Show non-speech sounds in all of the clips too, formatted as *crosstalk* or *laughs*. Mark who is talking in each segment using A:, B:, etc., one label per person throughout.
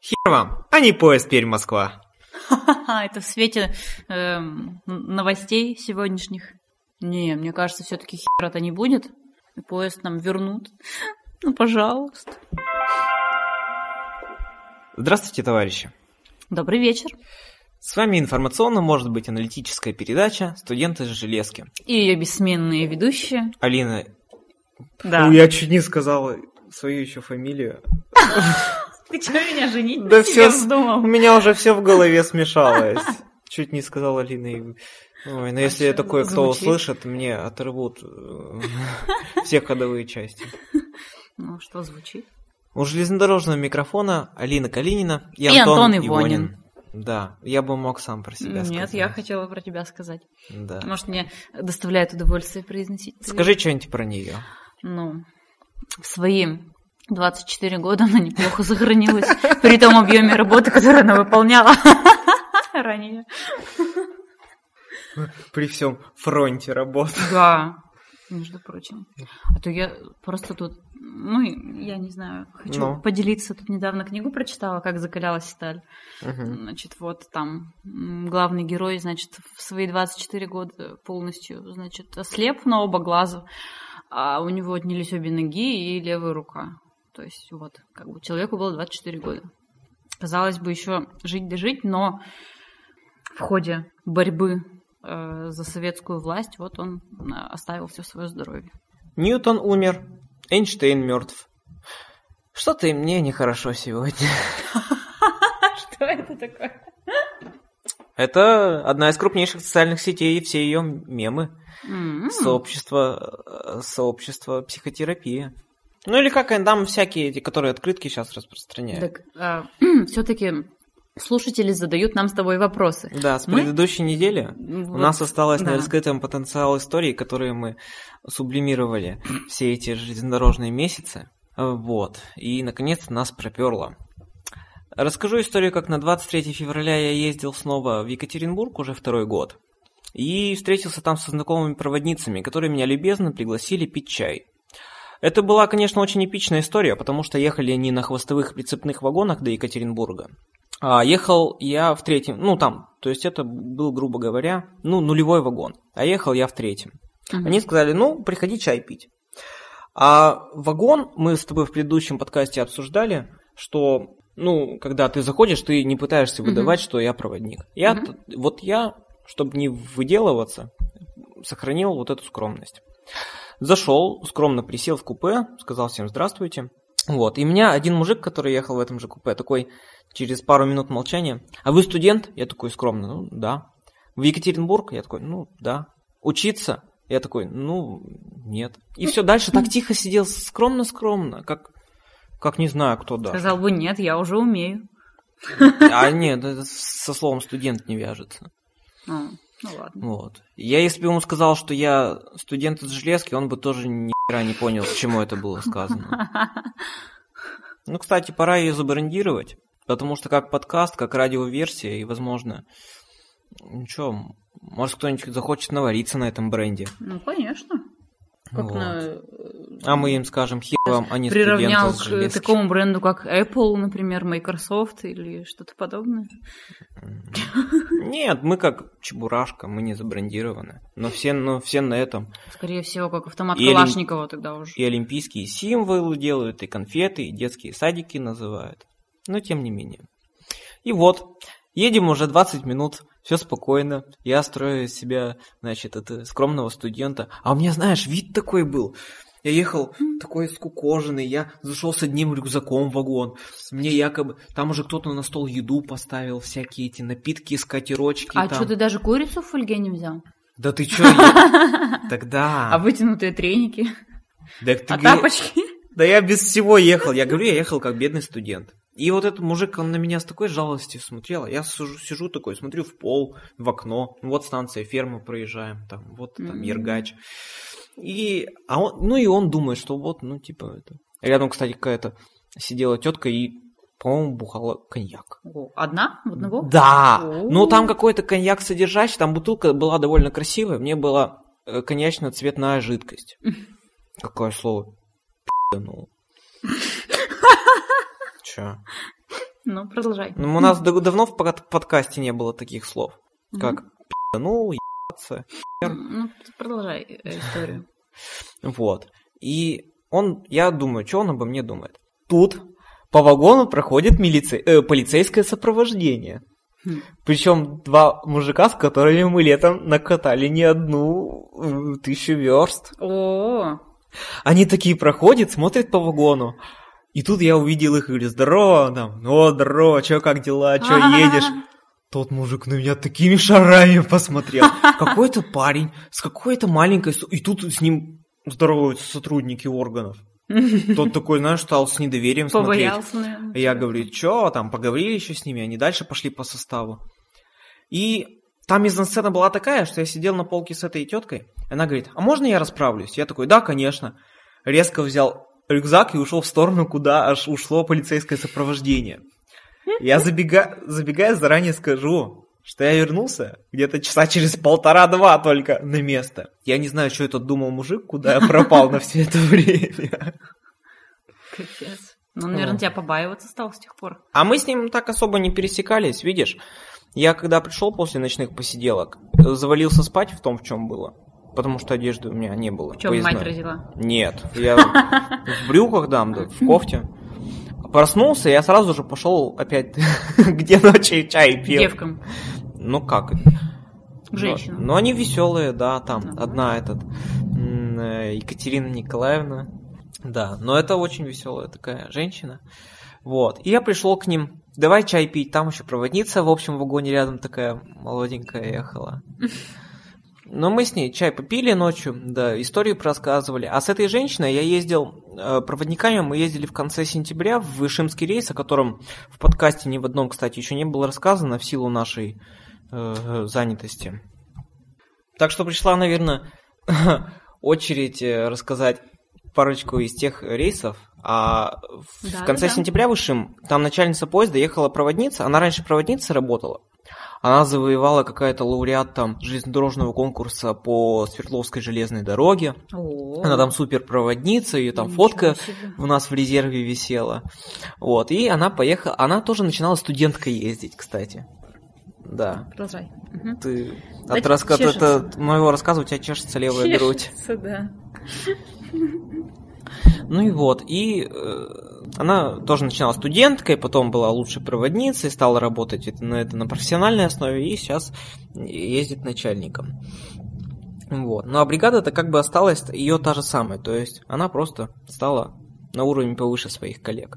A: Хер вам, а не поезд Пермь Москва.
B: Ха-ха-ха, *laughs* это в свете эм, н- новостей сегодняшних. Не, мне кажется, все-таки хера то не будет. И поезд нам вернут. Ну, пожалуйста.
A: Здравствуйте, товарищи.
B: Добрый вечер.
A: С вами информационно может быть аналитическая передача «Студенты железки».
B: И ее бессменные ведущие.
A: Алина,
B: Да.
A: Ну, я чуть не сказал свою еще фамилию.
B: Ты что меня женить
A: Да
B: на себе
A: всё с- У *laughs*
B: вздумал?
A: меня уже все в голове *laughs* смешалось. Чуть не сказал Алина. и- Ой, но если
B: Хорошо,
A: такое кто
B: звучит.
A: услышит, мне оторвут э, *laughs* все ходовые части.
B: Ну, что звучит?
A: У железнодорожного микрофона Алина Калинина и
B: И
A: Антон,
B: Антон Ивонин.
A: Ивонин. Да, я бы мог сам про себя сказать.
B: Нет, я хотела про тебя сказать.
A: Да.
B: Может, мне доставляет удовольствие произносить. твои-
A: Скажи что-нибудь про нее.
B: Ну, в свои 24 года она неплохо сохранилась при том объеме работы, который она выполняла *laughs* ранее.
A: При всем фронте работы.
B: *laughs* Да, между прочим. А то я просто тут, ну, и я не знаю, хочу
A: Ну.
B: поделиться. Тут недавно книгу прочитала, как закалялась сталь.
A: Мгм.
B: Значит, вот там м, главный герой, значит, в свои 24 года полностью, значит, ослеп на оба глаза, а у него отнялись обе ноги и левая рука. То есть вот, как бы человеку было 24 года. Казалось бы, еще жить да жить, но в ходе борьбы э, за советскую власть вот он э, оставил все свое здоровье. *laughs*
A: Ньютон умер, Эйнштейн мертв. Что-то и мне нехорошо сегодня.
B: А Что это такое?
A: *laughs* Это одна из крупнейших социальных сетей, все ее мемы.
B: Соп.
A: Сообщество, э, сообщество психотерапии. Ну или как они там всякие эти, которые открытки сейчас распространяют.
B: Так, *clears throat* все-таки слушатели задают нам с тобой вопросы.
A: Да, с
B: Мы-
A: предыдущей недели у
B: Вот.
A: нас осталось на
B: да.
A: раскрытом потенциал историй, которые мы сублимировали все эти железнодорожные месяцы. Вот. И, наконец, нас проперло. Расскажу историю, как на 23 февраля я ездил снова в Екатеринбург уже второй год. И встретился там со знакомыми проводницами, которые меня любезно пригласили пить чай. Это была, конечно, очень эпичная история, потому что ехали не на хвостовых прицепных вагонах до Екатеринбурга, а ехал я в третьем, ну там, то есть это был, грубо говоря, ну нулевой вагон, а ехал я в третьем.
B: Мгм.
A: Они сказали, ну, приходи чай пить. А вагон мы с тобой в предыдущем подкасте обсуждали, что, ну, когда ты заходишь, ты не пытаешься
B: Мгм.
A: выдавать, что я проводник. Я,
B: Мгм.
A: т- вот я, чтобы не выделываться, сохранил вот эту скромность. Зашел, скромно присел в купе, сказал всем здравствуйте. Вот, и меня один мужик, который ехал в этом же купе, такой, через пару минут молчания, а вы студент? Я такой скромно, ну, да. В Екатеринбург? Я такой, ну, да. Учиться? Я такой, ну, нет. И все, дальше так тихо сидел, скромно-скромно, как, как не знаю, кто да.
B: Сказал бы, нет, я уже умею.
A: А нет, это со словом студент не вяжется.
B: А, ну
A: *laughs*
B: ладно.
A: Вот. Я если бы ему сказал, что я студент из железки, он бы тоже ни хера не понял, к чему это было сказано. Ну, кстати, пора ее забрендировать, потому что как подкаст, как радиоверсия, и, возможно, ну чё, может, кто-нибудь захочет навариться на этом бренде.
B: Ну, конечно. Как
A: Вот.
B: на, э,
A: А мы им скажем, хер вам, а не студенты
B: Приравнял к
A: из железки.
B: такому бренду, как Apple, например, Microsoft или что-то подобное.
A: Нет, мы как чебурашка, мы не забрендированы. Но все, но все на этом
B: Скорее всего, как автомат
A: Или-
B: Калашникова тогда уже.
A: и олимпийские символы делают, и конфеты, и детские садики называют. Но тем не менее. И вот, едем уже 20 минут, все спокойно. Я строю из себя, значит, это скромного студента. А у меня, знаешь, вид такой был. Я ехал такой скукоженный, я зашел с одним рюкзаком в вагон. Мне якобы... Там уже кто-то на стол еду поставил, всякие эти напитки, скатерочки
B: А
A: там.
B: что, ты даже курицу в фольге не взял?
A: Да ты чё?
B: *laughs*
A: я-
B: А
A: Тогда...
B: вытянутые треники?
A: Так ты
B: А
A: ге-
B: тапочки?
A: Да я без всего ехал. Я говорю, я ехал как бедный студент. И вот этот мужик, он на меня с такой жалостью смотрел. Я сижу, сижу такой, смотрю в пол, в окно. Ну, Вот станция, ферма проезжаем, там, вот там
B: Мгм.
A: Ергач. И, а он, ну и он думает, что вот, ну типа это. Рядом, кстати, какая-то сидела тетка и, по-моему, бухала коньяк.
B: О, Одна? Одного?
A: Да,
B: О.
A: но там какой-то коньяк содержащий, там бутылка была довольно красивая, мне была э, коньячно-цветная
B: *laughs*
A: жидкость. Какое слово? Пи***нуло. Чё?
B: Ну, продолжай.
A: Ну, у нас д- давно в под- подкасте не было таких слов,
B: Мгм.
A: как ну, ебаться.
B: Ну, продолжай э, историю.
A: Вот. И он, я думаю, что он обо мне думает. Тут по вагону проходит милице- э, полицейское сопровождение.
B: Хм.
A: Причем два мужика, с которыми мы летом накатали не одну э, тысячу верст.
B: О,
A: Они такие проходят, смотрят по вагону. И тут я увидел их и говорю, здорово, там, о, здорово, чё, как дела, А чё, едешь?
B: *laughs*
A: Тот мужик на меня такими шарами посмотрел. Какой-то парень с какой-то маленькой... су- И тут с ним здороваются сотрудники органов. Тот такой, знаешь, стал с недоверием смотреть.
B: Побоялся, наверное.
A: Я говорю, чё, там, поговорили еще с ними, они дальше пошли по составу. И там мизансцена была такая, что я сидел на полке с этой теткой, она говорит, а можно я расправлюсь? Я такой, да, конечно. Резко взял рюкзак и ушел в сторону, куда аж ушло полицейское сопровождение. Я забега... забегая заранее скажу, что я вернулся где-то часа через полтора-два только на место. Я не знаю, что это думал мужик, куда я пропал на все это время.
B: Капец. Ну, он, наверное,
A: Вот.
B: тебя побаиваться стал с тех пор.
A: А мы с ним так особо не пересекались, видишь? Я когда пришел после ночных посиделок, э, завалился спать в том, в чем было. Потому что одежды у меня не было.
B: В чем
A: поездной.
B: мать родила?
A: Нет, я в брюках дам, да, в кофте. Проснулся, я сразу же пошел опять, *laughs* где ночью чай
B: К
A: пил.
B: девкам,
A: Ну как?
B: к женщинам.
A: Но, но они веселые, да, там
B: Ага.
A: одна этот м, э, Екатерина Николаевна. Да, но это очень веселая такая женщина. Вот. И я пришел к ним. Давай чай пить. Там еще проводница в общем вагоне рядом такая молоденькая ехала. Но мы с ней чай попили ночью, да, историю рассказывали. А с этой женщиной я ездил э, проводниками, мы ездили в конце сентября в Вышимский рейс, о котором в подкасте ни в одном, кстати, еще не было рассказано в силу нашей э, занятости. Так что пришла, наверное, *laughs* очередь э, рассказать парочку из тех рейсов. А в
B: Да,
A: конце
B: да, да.
A: сентября вышим, там начальница поезда ехала проводница, она раньше проводница работала. Она завоевала какая-то лауреат там железнодорожного конкурса по Свердловской железной дороге.
B: О,
A: ну, Она там суперпроводница, ее там
B: ничего
A: фотка
B: себе.
A: у нас в резерве висела. Вот, и она поехала, она тоже начинала студенткой ездить, кстати. Да.
B: Продолжай. Мгм.
A: Ты
B: Да
A: от, раска- от-
B: чешется.
A: от моего рассказа у тебя чешется левая грудь.
B: Чешется, да.
A: Ну и вот, и э, она тоже начинала студенткой, потом была лучшей проводницей, стала работать это- на это на профессиональной основе и сейчас ездит начальником. Вот. Ну а бригада-то как бы осталась ее та же самая, то есть она просто стала на уровень повыше своих коллег.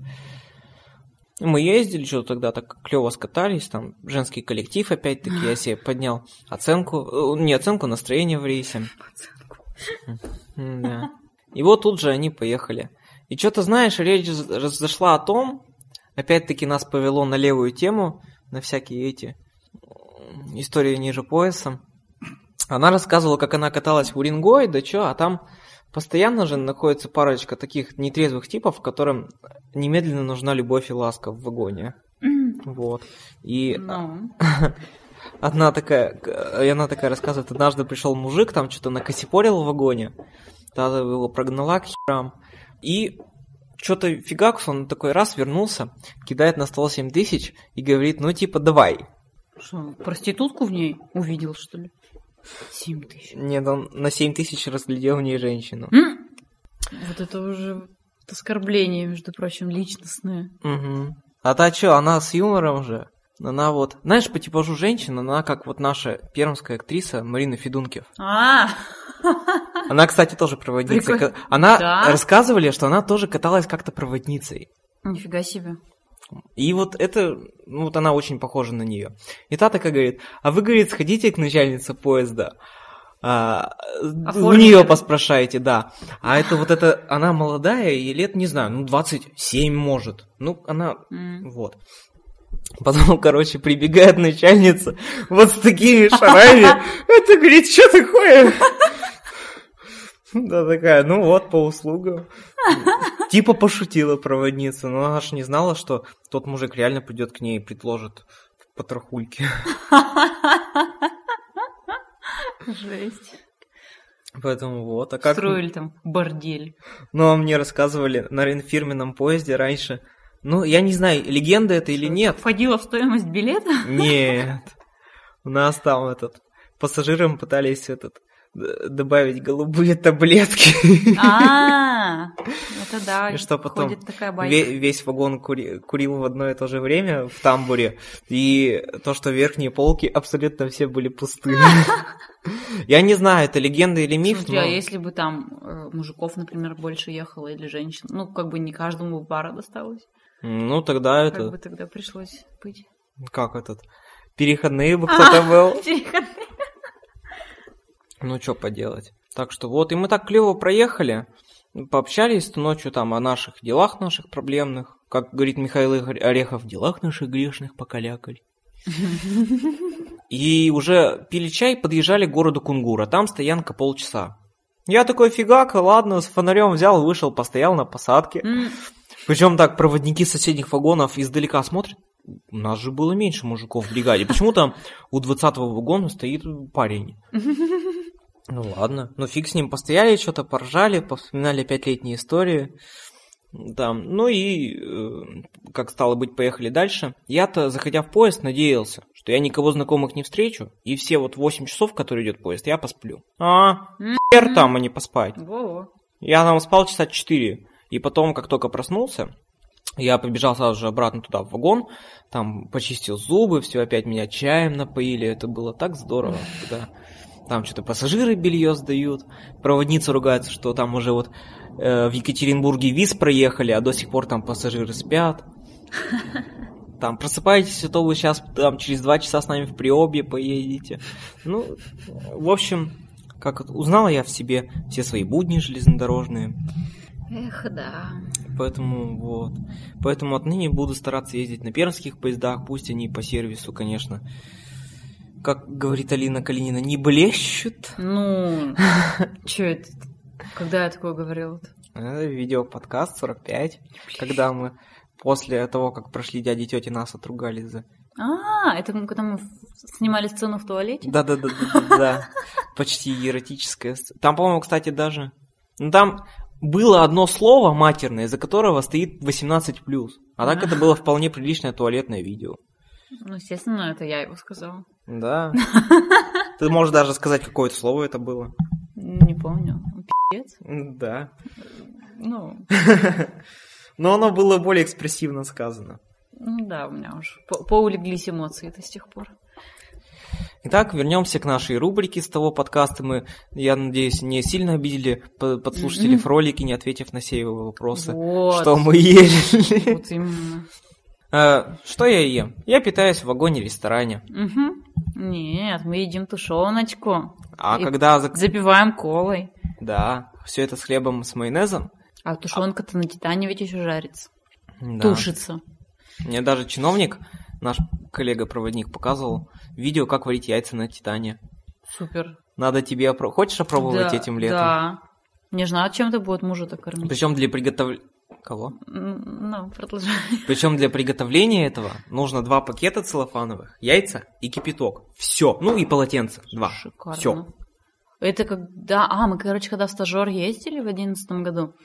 A: И Мы ездили, что тогда так клево скатались, там женский коллектив опять-таки, я себе поднял оценку, э, не оценку, настроение в рейсе. Да. И вот тут же они поехали. И что-то знаешь, речь раз- разошла о том, опять-таки нас повело на левую тему, на всякие эти м, истории ниже пояса. Она рассказывала, как она каталась в Уренгой, да чё, а там постоянно же находится парочка таких нетрезвых типов, которым немедленно нужна любовь и ласка в вагоне. Вот. И
B: Ну,
A: Одна такая, к- и она такая рассказывает, однажды пришел мужик, там что-то накосипорил в вагоне, та его прогнала к херам, и что-то фигакс, он такой раз вернулся, кидает на стол 7 тысяч и говорит, ну типа давай.
B: что, проститутку в ней увидел, что ли? Семь тысяч.
A: Нет, он на 7 тысяч разглядел в ней женщину.
B: М? Вот это уже оскорбление, между прочим, личностное.
A: Мгм. А та чё, она с юмором же. Она вот, знаешь, по типажу женщин, она как вот наша пермская актриса Марина Федункев.
B: А,
A: Она, кстати, тоже проводница.
B: Прикольно.
A: Она
B: Да?
A: рассказывали, что она тоже каталась как-то проводницей.
B: нифига себе.
A: И вот это, ну вот она очень похожа на нее. И та такая говорит, а вы, говорит, сходите к начальнице поезда, а, у
B: Оформите.
A: нее поспрашайте, да. А это вот это, она молодая и лет, не знаю, ну 27 может. Ну, она,
B: М. *laughs*
A: вот. Потом, *laughs* короче, прибегает начальница вот с такими шарами. Это, говорит, что такое? *laughs* Да, такая, ну вот, по услугам. Типа пошутила проводница, но она же не знала, что тот мужик реально придет к ней и предложит потрохульки.
B: Жесть.
A: *laughs* Поэтому вот, а как...
B: Строили там бордель.
A: Ну, а мне рассказывали на ренфирменном поезде раньше, Ну, я не знаю, легенда это или нет.
B: Входила в стоимость билета?
A: *laughs* Нет. У нас там этот пассажирам пытались этот д- добавить голубые таблетки.
B: А, это да.
A: И что потом?
B: ходит такая байка.
A: Ве- Весь вагон кури- курил в одно и то же время в тамбуре, и то, что верхние полки абсолютно все были
B: *laughs*
A: пустыми. Я не знаю, это легенда или миф,
B: Смотри, а
A: но...
B: если бы там э, мужиков, например, больше ехало или женщин, ну, как бы не каждому пара досталось.
A: Ну, тогда
B: Как бы
A: это...
B: тогда пришлось быть. *laughs*
A: Как этот? Переходные бы кто-то был. Ну, что поделать. Так что вот, и мы так клево проехали, пообщались ту ночью там о наших делах наших проблемных, как говорит Михаил Игорь- Орехов, делах наших грешных покалякали. И уже пили чай, подъезжали к городу Кунгура, там стоянка полчаса. Я такой фигак, ладно, с фонарем взял, вышел, постоял на посадке.
B: М,
A: Причем так проводники соседних вагонов издалека смотрят. У нас же было меньше мужиков в бригаде. Почему там у 20-го вагона стоит парень? Ну ладно. Ну фиг с ним. Постояли, что-то поржали, повспоминали пятилетние истории. Там. Ну и, э, как стало быть, поехали дальше. Я-то, заходя в поезд, надеялся, что я никого знакомых не встречу, и все вот 8 часов, которые идет поезд, я посплю. А,
B: М.
A: хер там, а не поспать.
B: Во-во.
A: Я там спал часа 4. И потом, как только проснулся, я побежал сразу же обратно туда, в вагон, там почистил зубы, все опять меня чаем напоили, это было так здорово, когда там что-то пассажиры белье сдают, проводница ругается, что там уже вот э, в Екатеринбурге виз проехали, а до сих пор там пассажиры спят. Там просыпаетесь, а то вы сейчас там через два часа с нами в Приобье поедете. Ну, в общем, как это, узнала я в себе все свои будни железнодорожные,
B: Эх, да.
A: поэтому вот. Поэтому отныне буду стараться ездить на пермских поездах, пусть они по сервису, конечно, как говорит Алина Калинина, не блещут.
B: Ну, чё это? Когда я такое говорила?
A: Э, Видеоподкаст 45, когда мы после того, как прошли дяди и тети, нас отругали за...
B: А, это мы когда мы в- снимали сцену в туалете?
A: Да-да-да-да-да. Почти эротическая. сц- Там, по-моему, кстати, даже... Ну, там было одно слово матерное, из-за которого стоит 18+. А так это было вполне приличное туалетное видео.
B: Ну, естественно, это я его сказала.
A: Да. Ты можешь даже сказать, какое это слово это было.
B: Не помню. Пи***ц.
A: Да. *laughs*
B: Ну,
A: Но оно было более экспрессивно сказано.
B: ну да, у меня уже по- поулеглись эмоции-то с тех пор.
A: Итак, вернемся к нашей рубрике с того подкаста. Мы, я надеюсь, не сильно обидели по- подслушателей в ролике, не ответив на все его вопросы.
B: Вот.
A: Что мы ели.
B: Вот именно.
A: Э, Что я ем? Я питаюсь в вагоне-ресторане.
B: Мгм. Нет, мы едим тушеночку,
A: А
B: И-
A: когда... зак-
B: запиваем колой.
A: Да, все это с хлебом с майонезом.
B: А тушенка-то на титане ведь еще жарится.
A: Да.
B: Тушится.
A: Мне даже чиновник, наш коллега-проводник, показывал видео, как варить яйца на Титане.
B: Супер.
A: Надо тебе... опро- Хочешь опробовать
B: Да,
A: этим летом?
B: Да. Не знаю, чем это будет мужа-то кормить.
A: Причем для приготовления... Кого?
B: М, Ну, продолжай.
A: Причем для приготовления этого нужно два пакета целлофановых, яйца и кипяток. Все. Ну и полотенце. Два.
B: Шикарно.
A: Все.
B: Это когда... А, мы, короче, когда в стажер ездили в одиннадцатом году,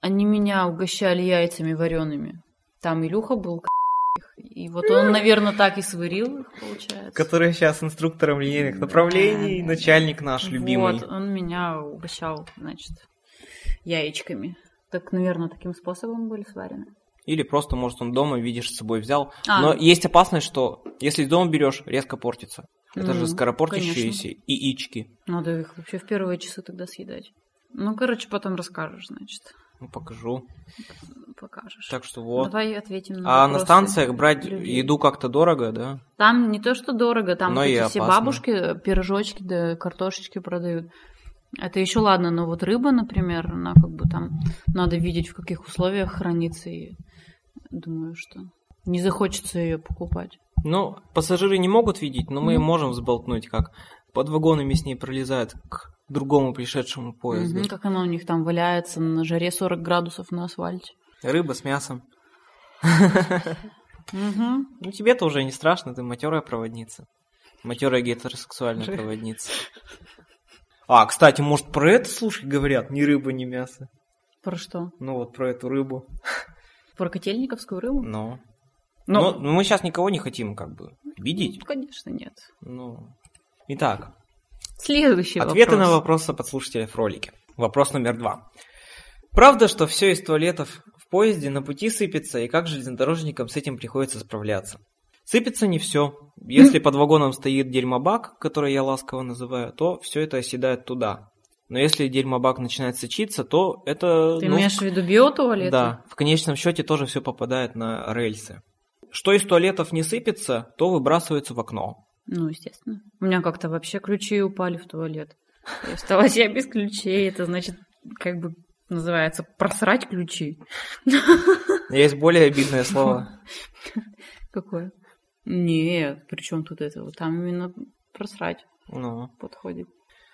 B: они меня угощали яйцами вареными. Там Илюха был, к***их. и вот он, наверное, так и сварил их, получается.
A: Который сейчас инструктором линейных направлений,
B: Да.
A: начальник наш любимый.
B: Вот, он меня угощал, значит, яичками. Так, наверное, таким способом были сварены.
A: Или просто, может, он дома, видишь, с собой взял.
B: А.
A: Но есть опасность, что если дома берешь, резко портится. Это
B: Ну,
A: же скоропортящиеся яички.
B: Надо их вообще в первые часы тогда съедать. Ну, короче, потом расскажешь, значит,
A: Ну, покажу.
B: покажешь.
A: Так что вот.
B: Давай ответим на
A: а на
B: вопросы
A: станциях брать
B: людей.
A: еду как-то дорого, да?
B: Там не то, что дорого, там
A: Но
B: вот
A: и
B: эти все
A: опасно.
B: бабушки э, пирожочки да картошечки продают. Это еще ладно, но вот рыба, например, она как бы там надо видеть, в каких условиях хранится, и думаю, что не захочется ее покупать.
A: Ну, пассажиры не могут видеть, но мы
B: Ну.
A: можем взболтнуть, как под вагонами с ней пролезает к другому пришедшему поезду.
B: Мгм, как она у них там валяется на жаре 40 градусов на асфальте.
A: Рыба с мясом.
B: Мгм.
A: Ну, тебе-то уже не страшно, ты матерая проводница. Матерая гетеросексуальная
B: Жи-
A: проводница. А, кстати, может, про это, слушай, говорят, ни рыба, ни мясо.
B: Про что?
A: Ну вот про эту рыбу.
B: Про котельниковскую рыбу?
A: Ну.
B: Ну,
A: Ну, мы сейчас никого не хотим, как бы, обидеть.
B: ну, конечно, нет.
A: Ну. Итак,
B: Следующий
A: Ответы
B: вопрос.
A: на вопросы подслушателя в ролике. Вопрос номер два. Правда, что все из туалетов в поезде на пути сыпется, и как железнодорожникам с этим приходится справляться? Сыпется не все.
B: *laughs*
A: Если под вагоном стоит дерьмобак, который я ласково называю, то все это оседает туда. Но если дерьмобак начинает сочиться, то это...
B: Ты
A: ну,
B: имеешь в виду биотуалеты?
A: да, в конечном счете тоже все попадает на рельсы. Что из туалетов не сыпется, то выбрасывается в окно.
B: Ну, естественно. У меня как-то вообще ключи упали в туалет. И осталась я без ключей. Это значит, как бы называется, просрать ключи.
A: Есть более обидное слово.
B: *laughs* Какое? Нет, при чем тут это? Там именно просрать
A: Ну,
B: подходит.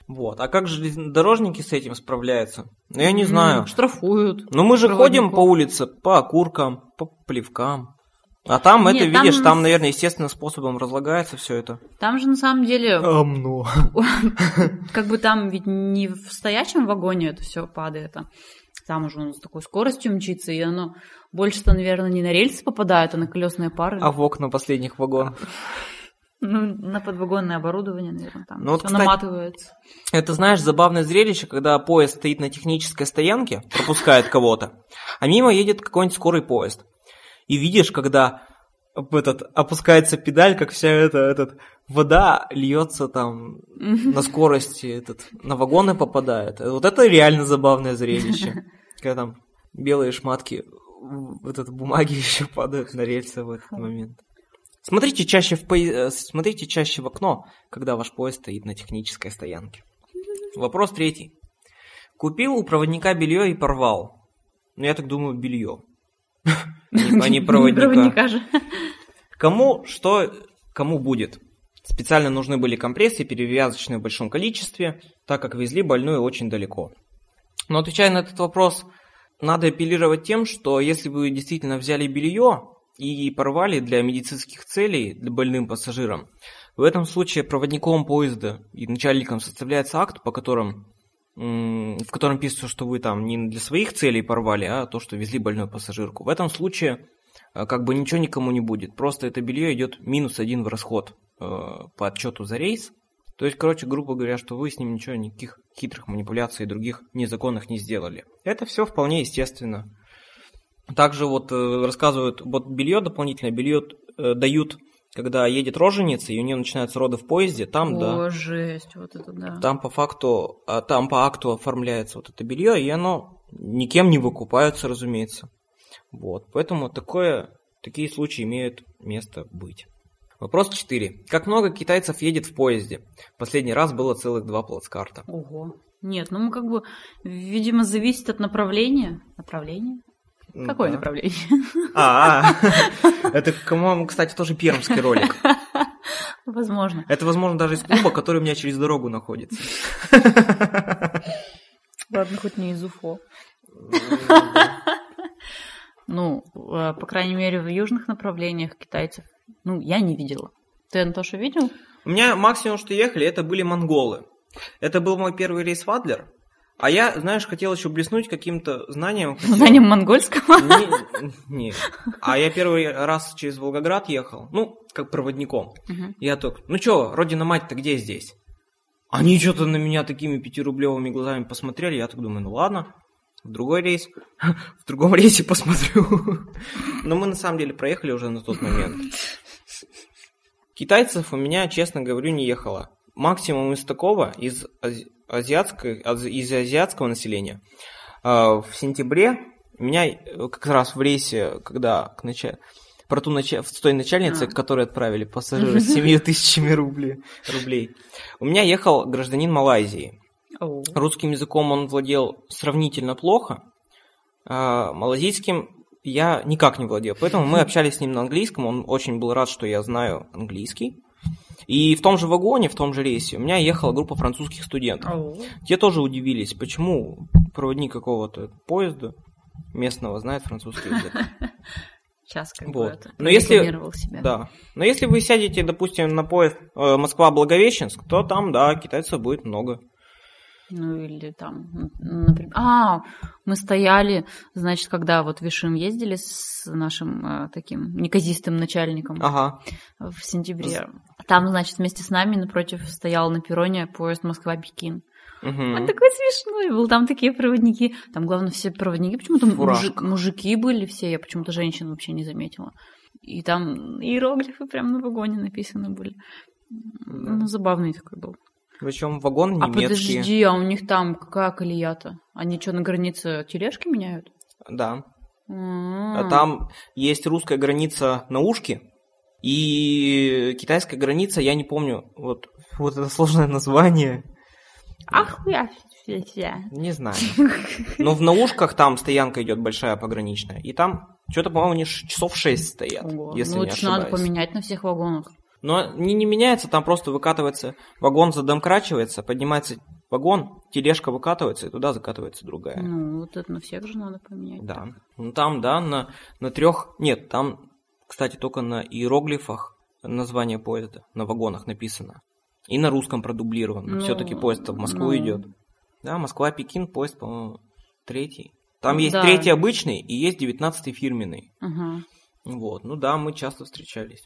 A: Вот. А как железнодорожники с этим справляются? Ну, я не
B: М,
A: знаю.
B: Штрафуют.
A: Но мы же ходим
B: Проводников.
A: по улице, по окуркам, по плевкам. А там
B: Нет,
A: это,
B: там-
A: видишь, там, наверное, естественным способом разлагается все это.
B: Там же на самом
A: Э.
B: деле,
A: Амно.
B: как бы там ведь не в стоячем вагоне это все падает. а Там уже он с такой скоростью мчится, и оно больше-то, наверное, не на рельсы попадает, а на колесные пары.
A: А в окна последних вагонов.
B: Ну, на подвагонное оборудование, наверное, там
A: Ну вот,
B: всё
A: кстати-
B: наматывается.
A: Это, знаешь, забавное зрелище, когда поезд стоит на технической стоянке, пропускает кого-то, а мимо едет какой-нибудь скорый поезд. И видишь, когда об- этот, опускается педаль, как вся эта этот, вода льется там *laughs* на скорости этот, на вагоны попадает. Э, Вот это реально забавное зрелище. Когда там белые шматки в этот *laughs* бумаги еще падают на рельсы в этот момент. Смотрите чаще, в пои- э, смотрите чаще в окно, когда ваш поезд стоит на технической стоянке. Вопрос третий. Купил у проводника белье и порвал. Ну, я так думаю, белье. *laughs* А
B: *laughs*
A: не проводника.
B: же.
A: Кому что, кому будет. Специально нужны были компрессы, перевязочные в большом количестве, так как везли больную очень далеко. Но отвечая на этот вопрос, надо апеллировать тем, что если вы действительно взяли белье и порвали для медицинских целей для больным пассажирам, в этом случае проводником поезда и начальником составляется акт, по которым, м, в котором пишется, что вы там не для своих целей порвали, а то, что везли больную пассажирку. В этом случае а, как бы ничего никому не будет. Просто это белье идет минус один в расход э, по отчету за рейс. То есть, короче, грубо говоря, что вы с ним ничего, никаких хитрых манипуляций и других незаконных не сделали. Это все вполне естественно. Также вот э, рассказывают, вот белье дополнительное, белье э, дают, когда едет роженица, и у нее начинаются роды в поезде, там, да.
B: О, жесть, вот это да.
A: Там по факту, а, там по акту оформляется вот это белье, и оно никем не выкупается, разумеется. Вот, поэтому такое, такие случаи имеют место быть. Вопрос 4. Как много китайцев едет в поезде? Последний раз было целых два плацкарта.
B: Ого. Нет, ну мы как бы, видимо, зависит от направления. Направление? Какое
A: Ну Да.
B: направление? *laughs*
A: А, а. это, по-моему, кстати, тоже пермский ролик.
B: Возможно.
A: Это, возможно, даже из клуба, который у меня через дорогу находится.
B: Ладно, хоть не из Уфо. *laughs* Ну, э, по крайней мере, в южных направлениях китайцев. Ну, я не видела. Ты, Антоша, видел?
A: У меня максимум, что ехали, это были монголы. Это был мой первый рейс в Адлер. А я, знаешь, хотел еще блеснуть каким-то знанием. хотел-
B: Знанием монгольского?
A: Не, не. А я первый раз через Волгоград ехал, ну, как проводником.
B: Мгм.
A: Я только, ну чё, родина мать-то где здесь? Они что-то на меня такими пятирублевыми глазами посмотрели, я так думаю, ну ладно, в другой рейс, *laughs* в другом рейсе посмотрю. Но мы на самом деле проехали уже на тот момент. Китайцев у меня, честно говорю, не ехало. Максимум из такого, из, ази- азиатской- аз- из азиатского населения. А, В сентябре меня э, как раз в рейсе, когда к нача- про ту нача- с той начальницей,
B: А.
A: к которой отправили пассажиры с 7 тысячами рублей, рублей, у меня ехал гражданин Малайзии.
B: Оу.
A: Русским языком он владел сравнительно плохо, а малазийским я никак не владел, поэтому мы общались с ним на английском, он очень был рад, что я знаю английский. И в том же вагоне, в том же рейсе у меня ехала группа французских студентов.
B: Оу.
A: Те тоже удивились, почему проводник какого-то поезда местного знает французский язык.
B: *laughs* Сейчас как бы
A: Вот.
B: это.
A: Но если-
B: прорекламировал себя.
A: Да. Но если вы сядете, допустим, на поезд э, Москва-Благовещенск, то там, да, китайцев будет много.
B: Ну или там, например... А, мы стояли, значит, когда вот в Вишим ездили с нашим э, таким неказистым начальником
A: Ага.
B: в сентябре. Там, значит, вместе с нами напротив стоял на перроне поезд Москва-Пекин.
A: Мгм.
B: Он такой смешной был, там такие проводники. Там, главное, все проводники почему-то
A: В фуражках.
B: мужик- мужики были все, я почему-то женщин вообще не заметила. И там иероглифы прям на вагоне написаны были. Ну, забавный такой был.
A: Причем вагон
B: А
A: немецкий.
B: подожди, а у них там какая колея-то? Они что, на границе тележки меняют?
A: Да.
B: А
A: А Там есть русская граница наушки и китайская граница, я не помню. Вот, вот это сложное название.
B: Ахуя вся.
A: Не
B: *laughs*
A: знаю. Но в наушках там стоянка идет большая пограничная. И там что-то, по-моему, они ш- часов шесть стоят,
B: Ого,
A: если
B: ну,
A: не
B: это ж надо
A: ошибаюсь.
B: поменять на всех вагонах.
A: Но не, не меняется, там просто выкатывается, вагон задомкрачивается, поднимается вагон, тележка выкатывается, и туда закатывается другая.
B: Ну, вот это на всех же надо поменять.
A: Да. Ну там, да, на, на трех. Нет, там, кстати, только на иероглифах название поезда на вагонах написано. И на русском продублировано.
B: Ну,
A: Все-таки поезд в Москву
B: ну.
A: идет. Да, Москва-Пекин, поезд, по-моему, третий. Там есть
B: Ну Да.
A: третий обычный и есть девятнадцатый фирменный.
B: Ага.
A: Вот. Ну да, мы часто встречались.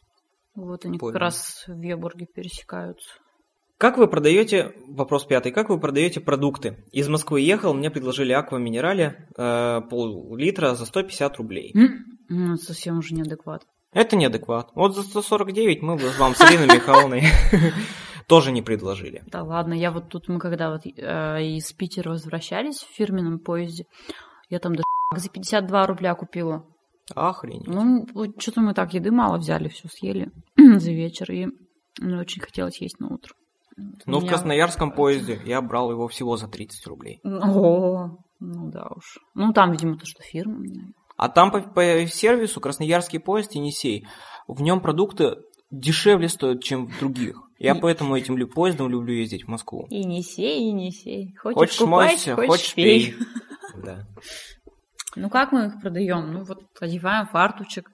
B: Вот они
A: Понял.
B: как раз в Веборге пересекаются.
A: Как вы продаете, вопрос пятый, как вы продаете продукты? Из Москвы ехал, мне предложили аква минерале э, пол-литра за 150 рублей.
B: М? Ну, это совсем уже неадекват.
A: Это неадекват. Вот за 149 мы бы вам с Ириной Михайловной *laughs* тоже не предложили.
B: Да ладно, я вот тут, мы когда вот э, из Питера возвращались в фирменном поезде, я там даже *laughs* за 52 рубля купила.
A: Охренеть.
B: Ну, что-то мы так еды мало взяли, все съели *clears throat* за вечер, и мне очень хотелось есть на утро. Вот у
A: Но Ну, в
B: меня-
A: красноярском поезде я брал его всего за 30 рублей.
B: О, ну да уж. Ну, там, видимо, то, что фирма.
A: А там по, по сервису красноярский поезд Енисей, в нем продукты дешевле стоят, чем в других. Я
B: И-
A: поэтому этим лю- поездом люблю ездить в Москву.
B: И не сей, и не сей.
A: Хочешь мойся, хочешь пей.
B: *laughs*
A: Да.
B: Ну как мы их продаем? Ну вот одеваем фартучек,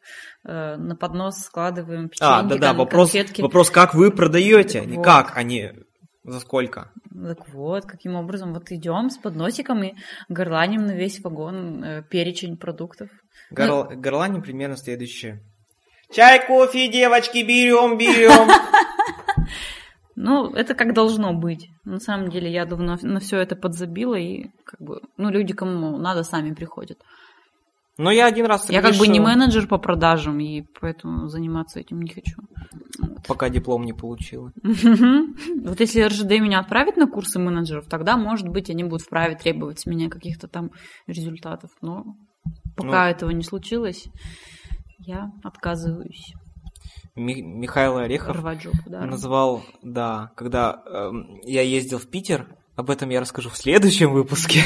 B: э, на поднос складываем печеньки,
A: А, да-да,
B: там,
A: вопрос,
B: конфетки.
A: вопрос, как вы продаете, не
B: Вот.
A: как, а не за сколько.
B: Так вот, каким образом вот идем с подносиком и горланим на весь вагон э, перечень продуктов.
A: Горла,
B: Ну.
A: горлане примерно следующее. Чай, кофе, девочки, берем, берем.
B: Ну, это как должно быть. На самом деле, я давно на все это подзабила, и как бы, ну, люди, кому надо, сами приходят.
A: Но я один раз
B: Я как бы не
A: согрешил,
B: менеджер по продажам, и поэтому заниматься этим не хочу.
A: Пока диплом не получила.
B: Мгм. Вот если РЖД меня отправит на курсы менеджеров, тогда, может быть, они будут вправе требовать с меня каких-то там результатов. Но пока
A: Ну.
B: этого не случилось, я отказываюсь
A: Ми- Михаил Орехов
B: рвать жопу. Да.
A: назвал, да, когда эм, я ездил в Питер, об этом я расскажу в следующем выпуске.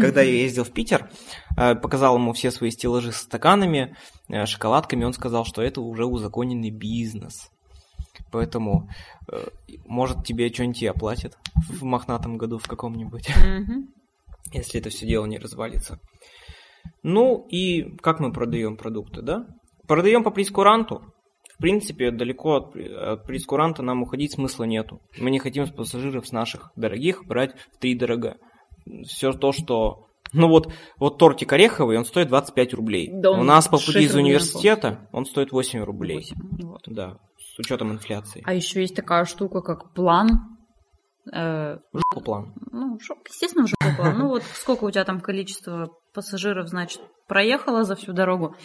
A: Когда я ездил в Питер, э, показал ему все свои стеллажи с стаканами, э, шоколадками, он сказал, что это уже узаконенный бизнес. Поэтому, э, может, тебе что-нибудь и оплатят в мохнатом году в каком-нибудь.
B: Мгм.
A: если это все дело не развалится. Ну и как мы продаем продукты, да? Продаем по прескуранту. В принципе, далеко от, пре- от прескуранта нам уходить смысла нету. Мы не хотим с пассажиров с наших дорогих брать в три дорога. Все то, что... Ну вот, вот тортик ореховый, он стоит 25 рублей.
B: Да он
A: У нас по пути
B: 6
A: из
B: рублей на
A: университета он стоит 8 рублей.
B: Восемь. Вот.
A: Да, с учетом инфляции.
B: А еще есть такая штука, как план. Э,
A: Жопу план.
B: ну, в жопу, естественно, в жопу план. Ну, вот сколько у тебя там количество пассажиров, значит, проехало за всю дорогу.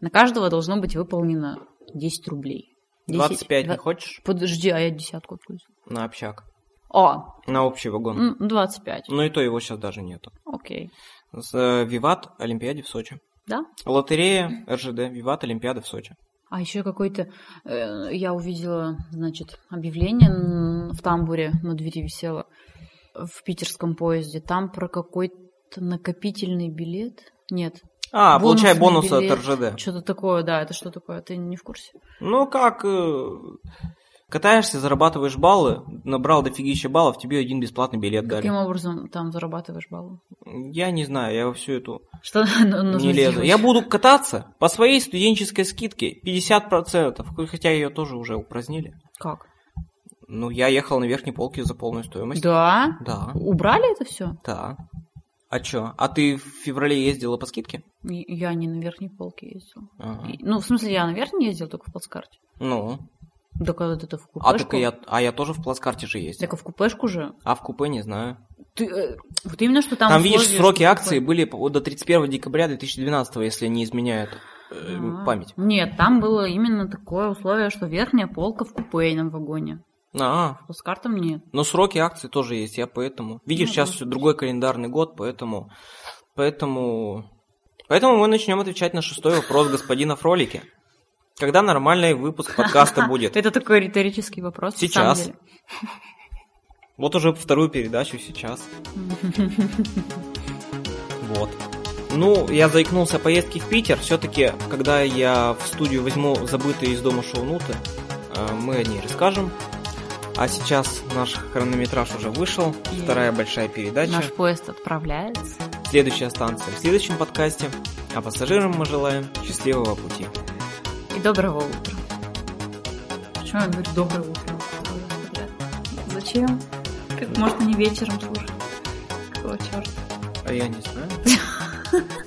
B: На каждого должно быть выполнено 10 рублей. 10,
A: 25 не
B: два-
A: хочешь?
B: Подожди, а я десятку отключу.
A: На общак.
B: О,
A: На общий вагон.
B: м, 25.
A: Но и то его сейчас даже нету.
B: Окей.
A: С, э, Виват Олимпиаде в Сочи.
B: Да?
A: Лотерея РЖД, Виват Олимпиада в Сочи.
B: А еще какой-то... э, я увидела, значит, объявление н- в тамбуре на двери висело в питерском поезде. Там про какой-то накопительный билет. Нет,
A: А,
B: Бонусный
A: получай бонусы
B: билет.
A: от РЖД.
B: что-то такое, да, это что такое? Ты не в курсе?
A: Ну как, э, катаешься, зарабатываешь баллы, набрал дофигища баллов, тебе один бесплатный билет дали.
B: Каким образом там зарабатываешь баллы?
A: Я не знаю, я во всю эту
B: Что *laughs* нужно
A: не лезу.
B: сделать?
A: Я буду кататься по своей студенческой скидке 50%, хотя ее тоже уже упразднили.
B: Как?
A: Ну, я ехал на верхней полке за полную стоимость.
B: Да?
A: Да.
B: Убрали это все?
A: Да. А чё? А ты в феврале ездила по скидке?
B: Я не на верхней полке ездила.
A: Ага.
B: И- Ну, в смысле, я на верхней ездила, только в плацкарте.
A: Ну.
B: Да когда ты в купешку?
A: А так и я, а я тоже в плацкарте же ездил.
B: Так а в купешку же.
A: А в купе не знаю.
B: Ты, э, вот именно, что там...
A: Там, видишь,
B: условия,
A: сроки
B: что
A: акции
B: такое.
A: были по- до 31 декабря 2012, если не изменяет э,
B: А.
A: память.
B: Нет, там было именно такое условие, что верхняя полка в купейном вагоне.
A: А,
B: С плацкартом нет.
A: но сроки акции тоже есть, я поэтому. Видишь,
B: Ну,
A: сейчас
B: да.
A: другой календарный год, поэтому, поэтому, поэтому мы начнем отвечать на шестой вопрос господина Фролики. Когда нормальный выпуск подкаста
B: *laughs*
A: будет?
B: Это такой риторический вопрос. на
A: Сейчас.
B: самом деле.
A: Вот уже вторую передачу сейчас. Вот. Ну, я заикнулся о поездке в Питер. Все-таки, когда я в студию возьму забытые из дома шоунуты, э, мы о ней расскажем. А сейчас наш хронометраж уже вышел.
B: Е.
A: Вторая большая передача.
B: Наш поезд отправляется.
A: Следующая станция в следующем подкасте. А пассажирам мы желаем счастливого пути.
B: И доброго утра. Почему я говорю доброе утро? Зачем? Может, не вечером слушать? Какого черта?
A: А я не знаю.